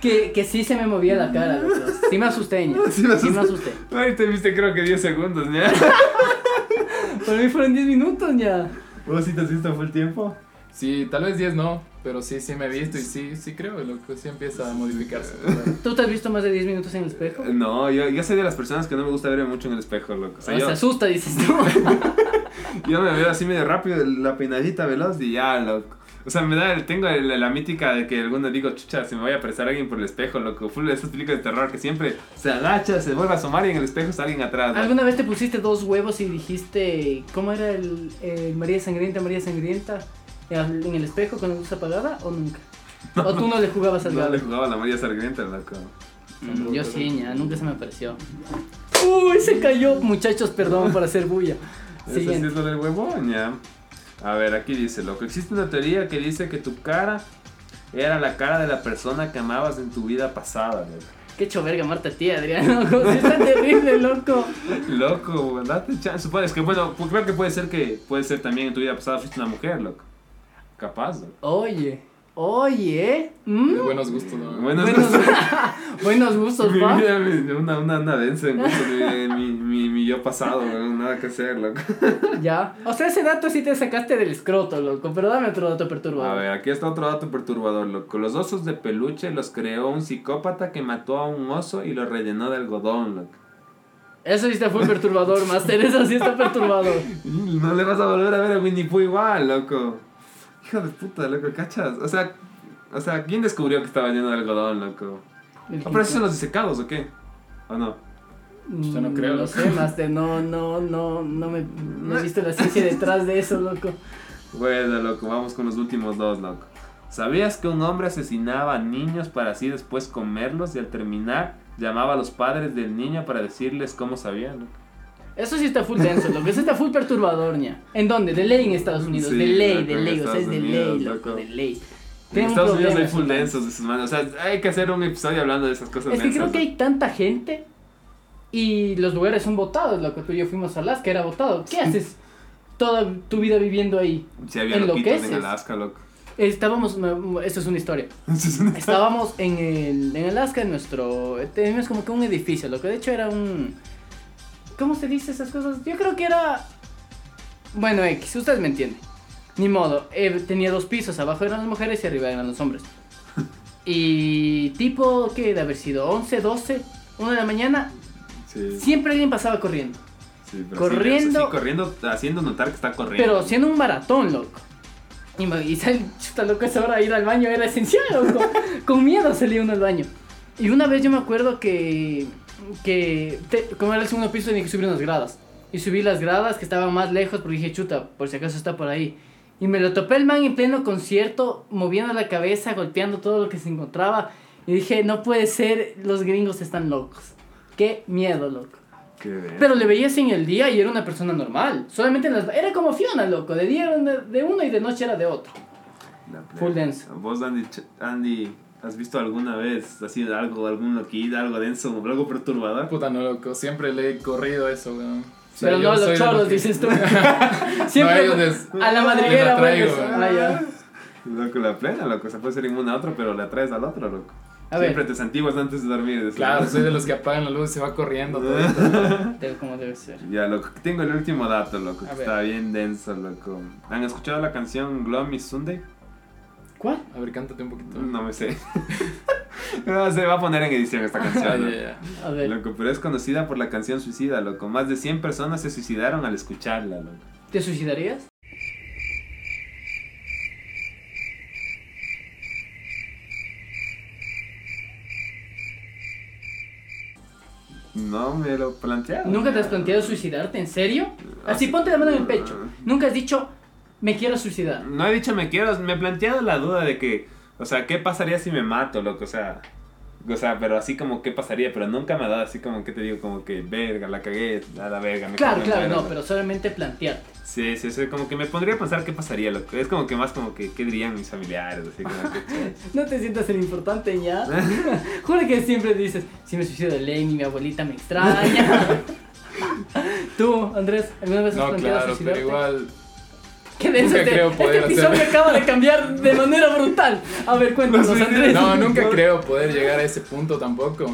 Speaker 4: que, que sí se me movía la cara, loco. Sí me asusté, ña.
Speaker 3: <laughs> Sí me
Speaker 4: Sí me
Speaker 3: asusté.
Speaker 4: asusté.
Speaker 3: Ay, te viste creo que 10 segundos, ¿ya?
Speaker 4: Para mí fueron 10 minutos ya.
Speaker 3: <laughs> ¿Vos sí te has visto full tiempo?
Speaker 5: Sí, tal vez 10 no, pero sí, sí me he visto y sí, sí creo, loco. Sí empieza a modificarse.
Speaker 4: ¿Tú te has visto más de 10 minutos en el espejo?
Speaker 3: No, yo, yo soy de las personas que no me gusta verme mucho en el espejo, loco. O sea,
Speaker 4: Ah,
Speaker 3: yo-
Speaker 4: Se asusta, dices
Speaker 3: <laughs>
Speaker 4: tú.
Speaker 3: Yo me veo así medio rápido, la peinadita veloz y ya, loco. O sea, me da, el- tengo el- la mítica de que alguno digo, chucha, se me vaya a apresar alguien por el espejo, loco. Full de esas películas de terror que siempre se agacha, se vuelve a asomar y en el espejo está alguien atrás. loco.
Speaker 4: ¿Alguna vez te pusiste dos huevos y dijiste, ¿cómo era el, el María Sangrienta, María Sangrienta? ¿En en el espejo con la luz apagada o nunca? ¿O tú no le jugabas al
Speaker 3: No
Speaker 4: gato?
Speaker 3: le jugaba a la María Sargenta, loco.
Speaker 4: Mm, Yo sí, ña, nunca se me apareció. Uy, se cayó. Muchachos, perdón por hacer bulla.
Speaker 3: Eso sí
Speaker 4: Siguiente.
Speaker 3: es lo del huevón, ya. A ver, aquí dice, loco. Existe una teoría que dice que tu cara era la cara de la persona que amabas en tu vida pasada, loco.
Speaker 4: Qué choverga, Marta, tía, Adrián. <laughs> Loco, sí está terrible, loco.
Speaker 3: Loco, date chance. Supones que, bueno, pu- creo que puede ser que puede ser también en tu vida pasada fuiste una mujer, loco. Capaz, loco.
Speaker 4: Oye, oye. ¿Mm?
Speaker 5: De buenos gustos, ¿no?
Speaker 3: Bueno,
Speaker 4: Buenos, buenos gustos,
Speaker 3: mi <laughs>
Speaker 4: pa.
Speaker 3: vida, mi- una, una, una densa en gusto, mi, mi, mi, mi yo pasado, weón, nada que hacer, loco.
Speaker 4: Ya. O sea, ese dato sí te sacaste del escroto, loco. Pero dame otro dato
Speaker 3: A
Speaker 4: perturbador.
Speaker 3: ver, aquí está otro dato perturbador, loco. Los osos de peluche los creó un psicópata que mató a un oso y lo rellenó de algodón, loco.
Speaker 4: Eso sí está full perturbador, Master. Eso sí está perturbador.
Speaker 3: Mm, No le vas a volver a ver a Winnie Pooh igual, loco. Hijo de puta, loco, cachas. O sea, o sea, ¿quién descubrió que estaba lleno de algodón, loco? Ah, pero esos son los disecados, ¿o qué? ¿O no?
Speaker 4: Mm,
Speaker 5: Yo no creo,
Speaker 4: No
Speaker 5: loco.
Speaker 4: sé, Master. No, no, no. No me no he visto la ciencia detrás de eso, loco.
Speaker 3: Bueno, loco, vamos con los últimos dos, loco. ¿Sabías que un hombre asesinaba a niños para así después comerlos y al terminar llamaba a los padres del niño para decirles cómo sabían? loco?
Speaker 4: Eso sí está full denso, loco. Eso está full perturbador, ña. ¿En dónde? De ley en Estados Unidos.
Speaker 3: Sí,
Speaker 4: de ley,
Speaker 3: loco,
Speaker 4: de
Speaker 3: en
Speaker 4: ley. O sea, es
Speaker 3: Estados
Speaker 4: de
Speaker 3: Unidos,
Speaker 4: ley, loco.
Speaker 3: loco.
Speaker 4: De ley.
Speaker 3: En
Speaker 4: Tengo un
Speaker 3: Estados Unidos
Speaker 4: problema,
Speaker 3: hay full
Speaker 4: loco.
Speaker 3: densos de sus manos. O sea, hay que hacer un episodio hablando de esas cosas.
Speaker 4: Es que
Speaker 3: densas,
Speaker 4: creo que hay tanta gente y los lugares son votados. Lo que tú y yo fuimos a Alaska era votado. ¿Qué haces toda tu vida viviendo ahí?
Speaker 3: loco. Sí, había loquitos en
Speaker 4: enloqueces.
Speaker 3: Alaska, loco. <laughs>
Speaker 4: Estábamos, me- esto es una historia.
Speaker 3: Eso es una-
Speaker 4: Estábamos en, el- en Alaska, en nuestro. Teníamos como que un edificio, lo que de hecho era un. ¿Cómo se dice esas cosas? Yo creo que era. Bueno, X, ustedes me entienden. Ni modo, eh, tenía dos pisos, abajo eran las mujeres y arriba eran los hombres. Y tipo, ¿qué? De haber sido 11, 12, 1 de la mañana,
Speaker 3: Sí, sí,
Speaker 4: Siempre alguien pasaba corriendo.
Speaker 3: pero sí, pero
Speaker 4: corriendo-
Speaker 3: sí, corriendo, haciendo notar que está corriendo.
Speaker 4: Pero siendo un maratón, loco. Y, me- y sal- chuta, loco, esa hora de ir al baño era esencial, loco. Con miedo salía uno al baño. Y una vez yo me acuerdo que. que te- como era el segundo piso, tenía que subir unas gradas. y subí las gradas que estaban más lejos porque dije, chuta, por si acaso está por ahí. Y me lo topé el man en pleno concierto, moviendo la cabeza, golpeando todo lo que se encontraba. Y dije, no puede ser, los gringos están locos. Qué miedo, loco.
Speaker 3: Qué bien.
Speaker 4: Pero le veías en el día y era una persona normal. Solamente en las... Era como Fiona, loco. De día era de- de uno y de noche era de otro.
Speaker 3: La plena.
Speaker 4: Full denso.
Speaker 3: Vos, Andy, ch- Andy, ¿has visto alguna vez así algo, algún loquillo, algo denso, algo
Speaker 4: Pues,
Speaker 3: perturbador?
Speaker 5: Puta, no, loco. Siempre le he corrido eso, weón. O sea,
Speaker 4: Pero
Speaker 5: yo
Speaker 4: no
Speaker 5: soy
Speaker 4: los
Speaker 5: de
Speaker 4: chorros,
Speaker 5: que- <laughs>
Speaker 4: dices tú. <laughs> Siempre
Speaker 5: No, ellos les-
Speaker 4: a la
Speaker 5: les
Speaker 4: madriguera
Speaker 5: atraigo,
Speaker 4: vuelves.
Speaker 5: weón.
Speaker 4: Ah, ya.
Speaker 3: Loco, la plena, loco. Se puede ser inmune a otro, pero le atraes al otro, loco.
Speaker 4: A ver.
Speaker 3: Siempre te santiguas antes de dormir. decía.
Speaker 5: Claro, soy de los que apagan la luz y se va corriendo. todo esto.
Speaker 3: <laughs>
Speaker 4: Debe- como debe ser.
Speaker 3: Ya, loco, tengo el último dato, loco,
Speaker 4: A
Speaker 3: que
Speaker 4: ver.
Speaker 3: está bien denso, loco. ¿Han escuchado la canción Gloomy Sunday?
Speaker 4: ¿Cuál?
Speaker 5: A ver, cántate un poquito.
Speaker 3: No me sé. <laughs> No, se va a poner en edición esta
Speaker 5: Ah,
Speaker 3: canción.
Speaker 5: ya,
Speaker 3: ¿no?
Speaker 5: ya.
Speaker 4: <laughs> A ver,
Speaker 3: Loco, pero es conocida por la canción Suicida, loco. Más de 100 personas se suicidaron al escucharla, loco.
Speaker 4: ¿te suicidarías?
Speaker 3: No me lo plantearon.
Speaker 4: ¿Nunca te has planteado suicidarte? ¿En serio? Así ponte la mano en el pecho.
Speaker 5: Ah.
Speaker 4: Nunca has dicho, me quiero suicidar.
Speaker 3: No he dicho me quiero, me he planteado la duda de que, o sea, ¿qué pasaría si me mato, loco? O sea, o sea, pero así como, ¿qué pasaría? Pero nunca me ha dado así como, ¿qué te digo? Como que, verga, la cagué, a la verga. mejor
Speaker 4: Claro,
Speaker 3: me
Speaker 4: claro,
Speaker 3: muero,
Speaker 4: no,
Speaker 3: loco.
Speaker 4: pero solamente plantearte.
Speaker 3: Sí, sí, sí, como que me pondría a pensar qué pasaría, loco. Es como que más como que, ¿qué dirían mis familiares? Así como
Speaker 4: <laughs>
Speaker 3: que,
Speaker 4: No te sientas el importante <laughs> ya. Juro que siempre dices, si me suicido de ley, ni mi abuelita me <laughs> extraña. Tú, Andrés, ¿alguna vez has
Speaker 5: No,
Speaker 4: planteado
Speaker 5: claro, pero
Speaker 4: suicidarte?
Speaker 5: igual.
Speaker 4: ¿Qué denso
Speaker 5: Nunca
Speaker 4: este,
Speaker 5: creo
Speaker 4: este
Speaker 5: poder
Speaker 4: episodio
Speaker 5: hacerlo.
Speaker 4: acaba de cambiar de manera brutal. A ver, cuéntanos,
Speaker 3: Los videos-
Speaker 4: Andrés. <laughs>
Speaker 5: No, nunca creo poder llegar a ese punto tampoco.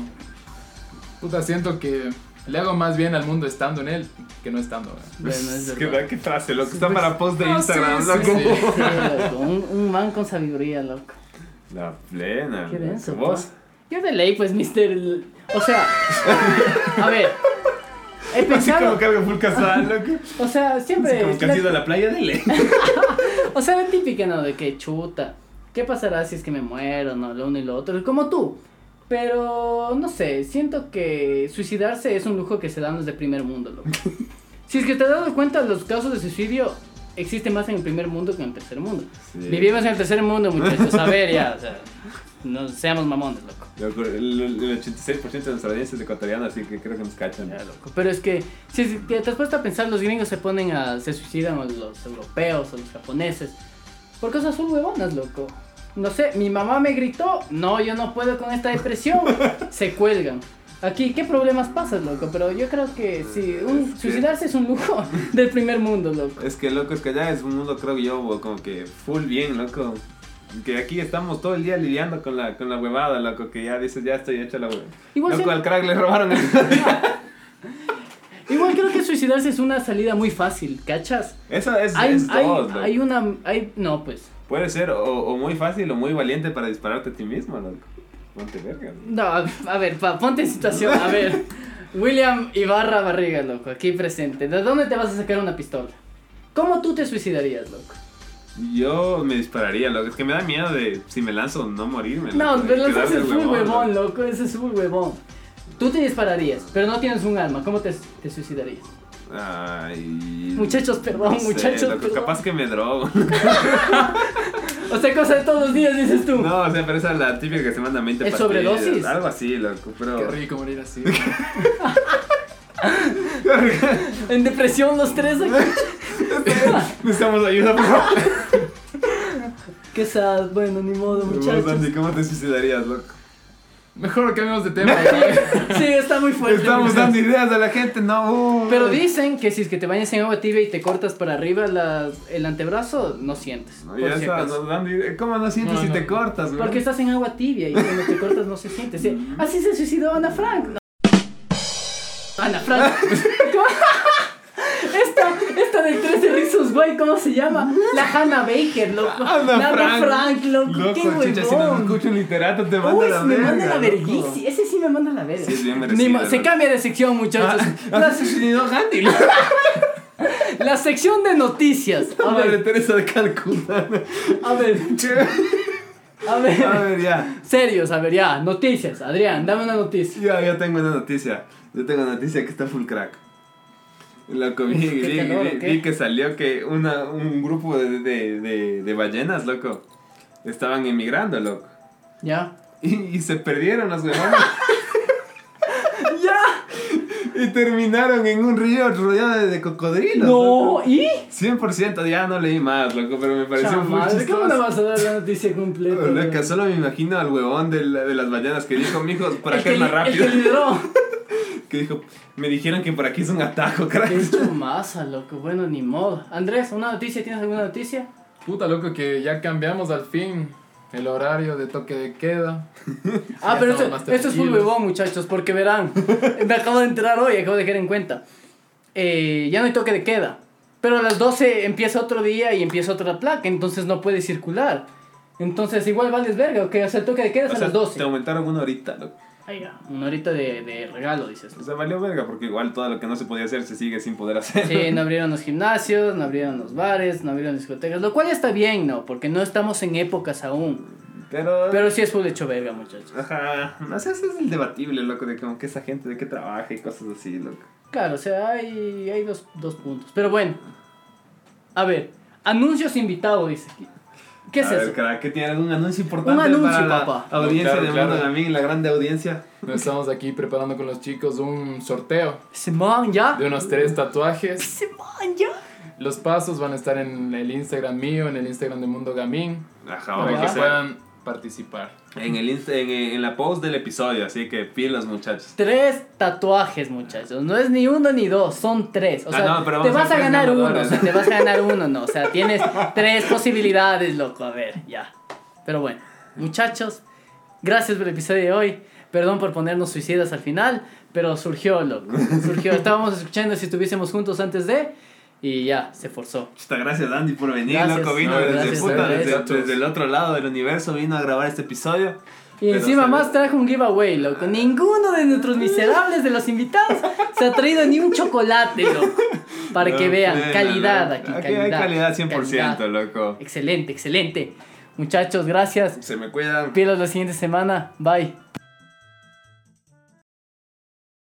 Speaker 5: Puta, siento que le hago más bien al mundo estando en él que no estando. güey.
Speaker 4: Bueno, es
Speaker 3: qué,
Speaker 4: verdad. pues,
Speaker 3: qué frase, loco. Está para post de Instagram,
Speaker 5: sí,
Speaker 3: loco.
Speaker 5: sí, sí.
Speaker 4: Loco, <laughs> un, un man con sabiduría, loco.
Speaker 3: La plena.
Speaker 4: Qué
Speaker 3: loco.
Speaker 4: denso.
Speaker 3: ¿Vos?
Speaker 4: pa. Yo de ley, pues, Mr. L- O sea, a ver. He
Speaker 3: Así como
Speaker 4: pensado,
Speaker 3: que algo full casual, loco.
Speaker 4: o sea,
Speaker 3: Así
Speaker 4: siempre.
Speaker 3: como que
Speaker 4: la-
Speaker 3: has ido a la playa de
Speaker 4: <laughs>
Speaker 3: ley.
Speaker 4: o sea, la típica, ¿no? De que chuta. ¿Qué pasará si es que me muero, no? Lo uno y lo otro. Como tú. Pero, no sé, siento que suicidarse es un lujo que se dan los de primer mundo, loco. si es que te has dado cuenta, los casos de suicidio existen más en el primer mundo que en el tercer mundo.
Speaker 3: Sí.
Speaker 4: Vivimos en el tercer mundo, muchachos. A ver, ya, o sea, no seamos mamones, loco.
Speaker 3: Loco, el, el 86% de nuestra audiencia es ecuatoriana, así que creo que nos cachan.
Speaker 4: Ya, loco. Pero es que, si es que te has puesto a pensar, los gringos se ponen a. se suicidan, o los europeos, o los japoneses. Por cosas son huevonas, loco. No sé, mi mamá me gritó, no, yo no puedo con
Speaker 3: <laughs>
Speaker 4: esta depresión. se cuelgan. Aquí, ¿qué problemas pasas, loco? Pero yo creo que sí, un-
Speaker 3: Es que-
Speaker 4: suicidarse es un
Speaker 3: <laughs>
Speaker 4: lujo <laughs> del primer mundo, loco.
Speaker 3: Es que, loco, es que allá es un mundo, creo yo, bo- como que full bien, loco. Que aquí estamos todo el día lidiando con la, con la huevada, loco, que ya dices, ya estoy hecho la huevada.
Speaker 4: Igual
Speaker 3: Loco,
Speaker 4: siempre-
Speaker 3: al crack le robaron el...
Speaker 4: <laughs>
Speaker 3: <laughs>
Speaker 4: Igual creo que suicidarse es una salida muy fácil, ¿cachas?
Speaker 3: Eso es,
Speaker 4: Hay,
Speaker 3: es
Speaker 4: hay,
Speaker 3: todo, loco.
Speaker 4: hay una. Hay, no, pues.
Speaker 3: Puede ser o, o muy fácil o muy valiente para dispararte a ti mismo, loco. Ponte verga. loco.
Speaker 4: No, a, a ver, pa, ponte en situación. A ver, William Ibarra Barriga, loco, aquí presente. ¿De dónde te vas a sacar una pistola? ¿Cómo tú te suicidarías, loco?
Speaker 3: Yo me dispararía, loco. Es que me da miedo de si me lanzo no morirme.
Speaker 4: No,
Speaker 3: loco, de
Speaker 4: pero ese
Speaker 3: quedarme
Speaker 4: es full
Speaker 3: huevón,
Speaker 4: huevón,
Speaker 3: loco.
Speaker 4: loco, ese es full huevón. Tú te dispararías, pero no tienes un arma. ¿Cómo te, te suicidarías?
Speaker 3: Ay.
Speaker 4: Muchachos, perdón,
Speaker 3: sé,
Speaker 4: muchachos,
Speaker 3: loco,
Speaker 4: perdón.
Speaker 3: Capaz que me drogo.
Speaker 4: O sea, cosa de todos los días, dices <laughs> tú.
Speaker 3: No, o sea, pero esa es la típica que se manda 20
Speaker 4: ¿Es
Speaker 3: pastillas,
Speaker 4: sobredosis?
Speaker 3: Algo así, loco, pero...
Speaker 5: Qué rico morir así. güey.
Speaker 4: En depresión
Speaker 3: <laughs>
Speaker 4: los tres aquí.
Speaker 3: Necesitamos ayuda, por favor.
Speaker 4: Qué sad, bueno, ni modo,
Speaker 3: Vos,
Speaker 4: <laughs> muchachos.
Speaker 3: Andy, ¿cómo te suicidarías, loco?
Speaker 5: Mejor cambiemos de tema. güey.
Speaker 4: Sí, está muy fuerte.
Speaker 3: Estamos
Speaker 4: muchachos.
Speaker 3: dando ideas a la gente, no. uh.
Speaker 4: Pues, Pero dicen que si es que te bañas en agua tibia y te cortas para arriba la- el antebrazo, no sientes.
Speaker 3: No,
Speaker 4: por
Speaker 3: ya
Speaker 4: si
Speaker 3: está,
Speaker 4: acaso.
Speaker 3: no, Andy, ¿Cómo no sientes
Speaker 5: No,
Speaker 3: si
Speaker 5: no.
Speaker 3: te cortas, güey?
Speaker 4: Porque estás en agua tibia y cuando te cortas no se siente. Sí,
Speaker 3: Mm.
Speaker 4: Así se suicidó Ana Frank. No. Ana
Speaker 3: <laughs>
Speaker 4: Frank. Esta, esta del 13 Rizos, güey, ¿cómo se llama? La Hannah Baker, loco. La Frank, loco. Qué
Speaker 3: chucha, si nos
Speaker 4: huevón.
Speaker 3: escucha un literato te manda
Speaker 4: Uy,
Speaker 3: la
Speaker 4: me
Speaker 3: verga.
Speaker 4: manda la
Speaker 3: loco.
Speaker 4: verguisi. Ese sí me manda la verga.
Speaker 3: Sí, es bien
Speaker 4: Ni
Speaker 3: merecido,
Speaker 4: mo- se
Speaker 3: loco.
Speaker 4: cambia de sección, muchachos.
Speaker 3: Ah,
Speaker 4: <laughs> La,
Speaker 3: has suicidado a Gandhi, <laughs>
Speaker 4: la sección de noticias.
Speaker 3: <laughs>
Speaker 4: A
Speaker 3: Madre
Speaker 4: ver,
Speaker 3: Teresa de Calcuta. <laughs>
Speaker 4: <laughs> a ver, a ver.
Speaker 3: A ver, ya.
Speaker 4: Serios, a ver, ya, noticias, Adrián, dame una noticia.
Speaker 3: Ya, ya tengo una noticia. Yo tengo una noticia que está full crack. Loco, vi, vi,
Speaker 4: <laughs> Qué calor,
Speaker 3: vi-
Speaker 4: ¿o qué?
Speaker 3: vi que salió que una, un grupo de, de, de, de ballenas, loco, estaban emigrando, loco.
Speaker 4: Ya.
Speaker 3: Y, y se perdieron las
Speaker 4: <laughs>
Speaker 3: huevonas. ¡Ya! Y terminaron en un río rodeado de, de cocodrilos.
Speaker 4: No,
Speaker 3: loco.
Speaker 4: ¿y?
Speaker 3: 100% ya no leí más, loco, pero me pareció muy
Speaker 4: Chamadre, ¿Cómo no
Speaker 3: chistoso.
Speaker 4: vas a dar la noticia completa?
Speaker 3: Loco,
Speaker 4: güey?
Speaker 3: solo me imagino al huevón de, la- de las ballenas que dijo, mijo, por
Speaker 4: El
Speaker 3: acá es
Speaker 4: que
Speaker 3: más
Speaker 4: li-
Speaker 3: rápido.
Speaker 4: El
Speaker 3: <laughs>
Speaker 4: que lideró.
Speaker 3: Que dijo, me dijeron que por aquí es un atajo, <laughs> crack.
Speaker 4: Qué chumaza, loco. Bueno, ni modo. Andrés, ¿una noticia? ¿Tienes alguna noticia?
Speaker 5: Puta, loco, que ya cambiamos al fin el horario de toque de queda.
Speaker 3: <laughs>
Speaker 4: Ah, pero
Speaker 5: estamos más
Speaker 4: esto, esto es full
Speaker 5: tranquilos.
Speaker 4: huevón, muchachos, porque verán. Me acabo de enterar hoy, acabo de dejar en cuenta. Eh, ya no hay toque de queda. Pero a las 12 empieza otro día y empieza otra placa, entonces no puede circular. Entonces, igual vales verga, ok. O sea, el toque de queda es
Speaker 3: O
Speaker 4: a
Speaker 3: sea,
Speaker 4: las 12.
Speaker 3: Te aumentaron una horita, loco.
Speaker 4: Ay, ya, una horita de, de regalo, dices.
Speaker 3: O sea, valió verga, porque igual todo lo que no se podía hacer se sigue sin poder hacer. <laughs>
Speaker 4: Sí, no abrieron los gimnasios, no abrieron los bares, no abrieron discotecas, lo cual está bien, ¿no? Porque no estamos en épocas aún.
Speaker 3: Pero,
Speaker 4: Pero sí es full hecho verga, muchachos.
Speaker 3: Ajá. No sé, ese es el debatible, loco, de como que esa gente, de qué trabaja y cosas así, loco.
Speaker 4: Claro, o sea, hay, hay dos, dos puntos. Pero bueno, a ver, anuncios invitados, dice aquí. ¿Qué es
Speaker 3: A ver,
Speaker 4: eso?
Speaker 3: crack, ¿qué tiene algún anuncio importante
Speaker 4: Un anuncio,
Speaker 3: para
Speaker 4: papá.
Speaker 3: la audiencia
Speaker 5: Claro,
Speaker 3: de
Speaker 5: claro.
Speaker 3: Mundo Gamín, la grande audiencia?
Speaker 5: Nos estamos aquí preparando con los chicos un sorteo
Speaker 4: ¿Se man ya?
Speaker 5: de unos tres tatuajes.
Speaker 4: ¿Se man ya?
Speaker 5: Los pasos van a estar en el Instagram mío, en el Instagram de Mundo Gamín,
Speaker 3: Ajá,
Speaker 5: para
Speaker 4: Ajá.
Speaker 5: que puedan participar.
Speaker 3: En, el inst- en, eh, en la post del episodio, así que pilas, muchachos.
Speaker 4: Tres tatuajes, muchachos. No es ni uno ni dos, son tres. O
Speaker 3: Ah,
Speaker 4: sea,
Speaker 3: no, pero vamos
Speaker 4: te
Speaker 3: a
Speaker 4: vas a
Speaker 3: ser tres
Speaker 4: ganar uno, o
Speaker 3: ganadores.
Speaker 4: sea, te vas a ganar uno, no. O sea, tienes tres posibilidades, loco. A ver, ya. Pero bueno, muchachos, gracias por el episodio de hoy. Perdón por ponernos suicidas al final, pero surgió, loco. Surgió. Estábamos escuchando si estuviésemos juntos antes de. Y ya, se forzó.
Speaker 3: Muchas gracias, Andy, por venir,
Speaker 4: Gracias.
Speaker 3: loco. Vino
Speaker 5: No,
Speaker 3: desde,
Speaker 5: gracias,
Speaker 3: puta,
Speaker 5: gracias.
Speaker 3: desde- desde el otro lado del universo, vino a grabar este episodio.
Speaker 4: Y
Speaker 3: Pero
Speaker 4: encima
Speaker 3: se- Ah.
Speaker 4: más trajo un giveaway, loco. Ninguno de nuestros miserables de los invitados se ha traído ni un chocolate, loco. Para que
Speaker 3: No,
Speaker 4: vean,
Speaker 3: plena,
Speaker 4: calidad
Speaker 3: loco.
Speaker 4: aquí,
Speaker 3: Aquí
Speaker 4: calidad.
Speaker 3: hay calidad 100%,
Speaker 4: calidad.
Speaker 3: loco.
Speaker 4: Excelente, excelente. Muchachos, gracias.
Speaker 3: Se me cuidan.
Speaker 4: Pielos la siguiente semana. Bye.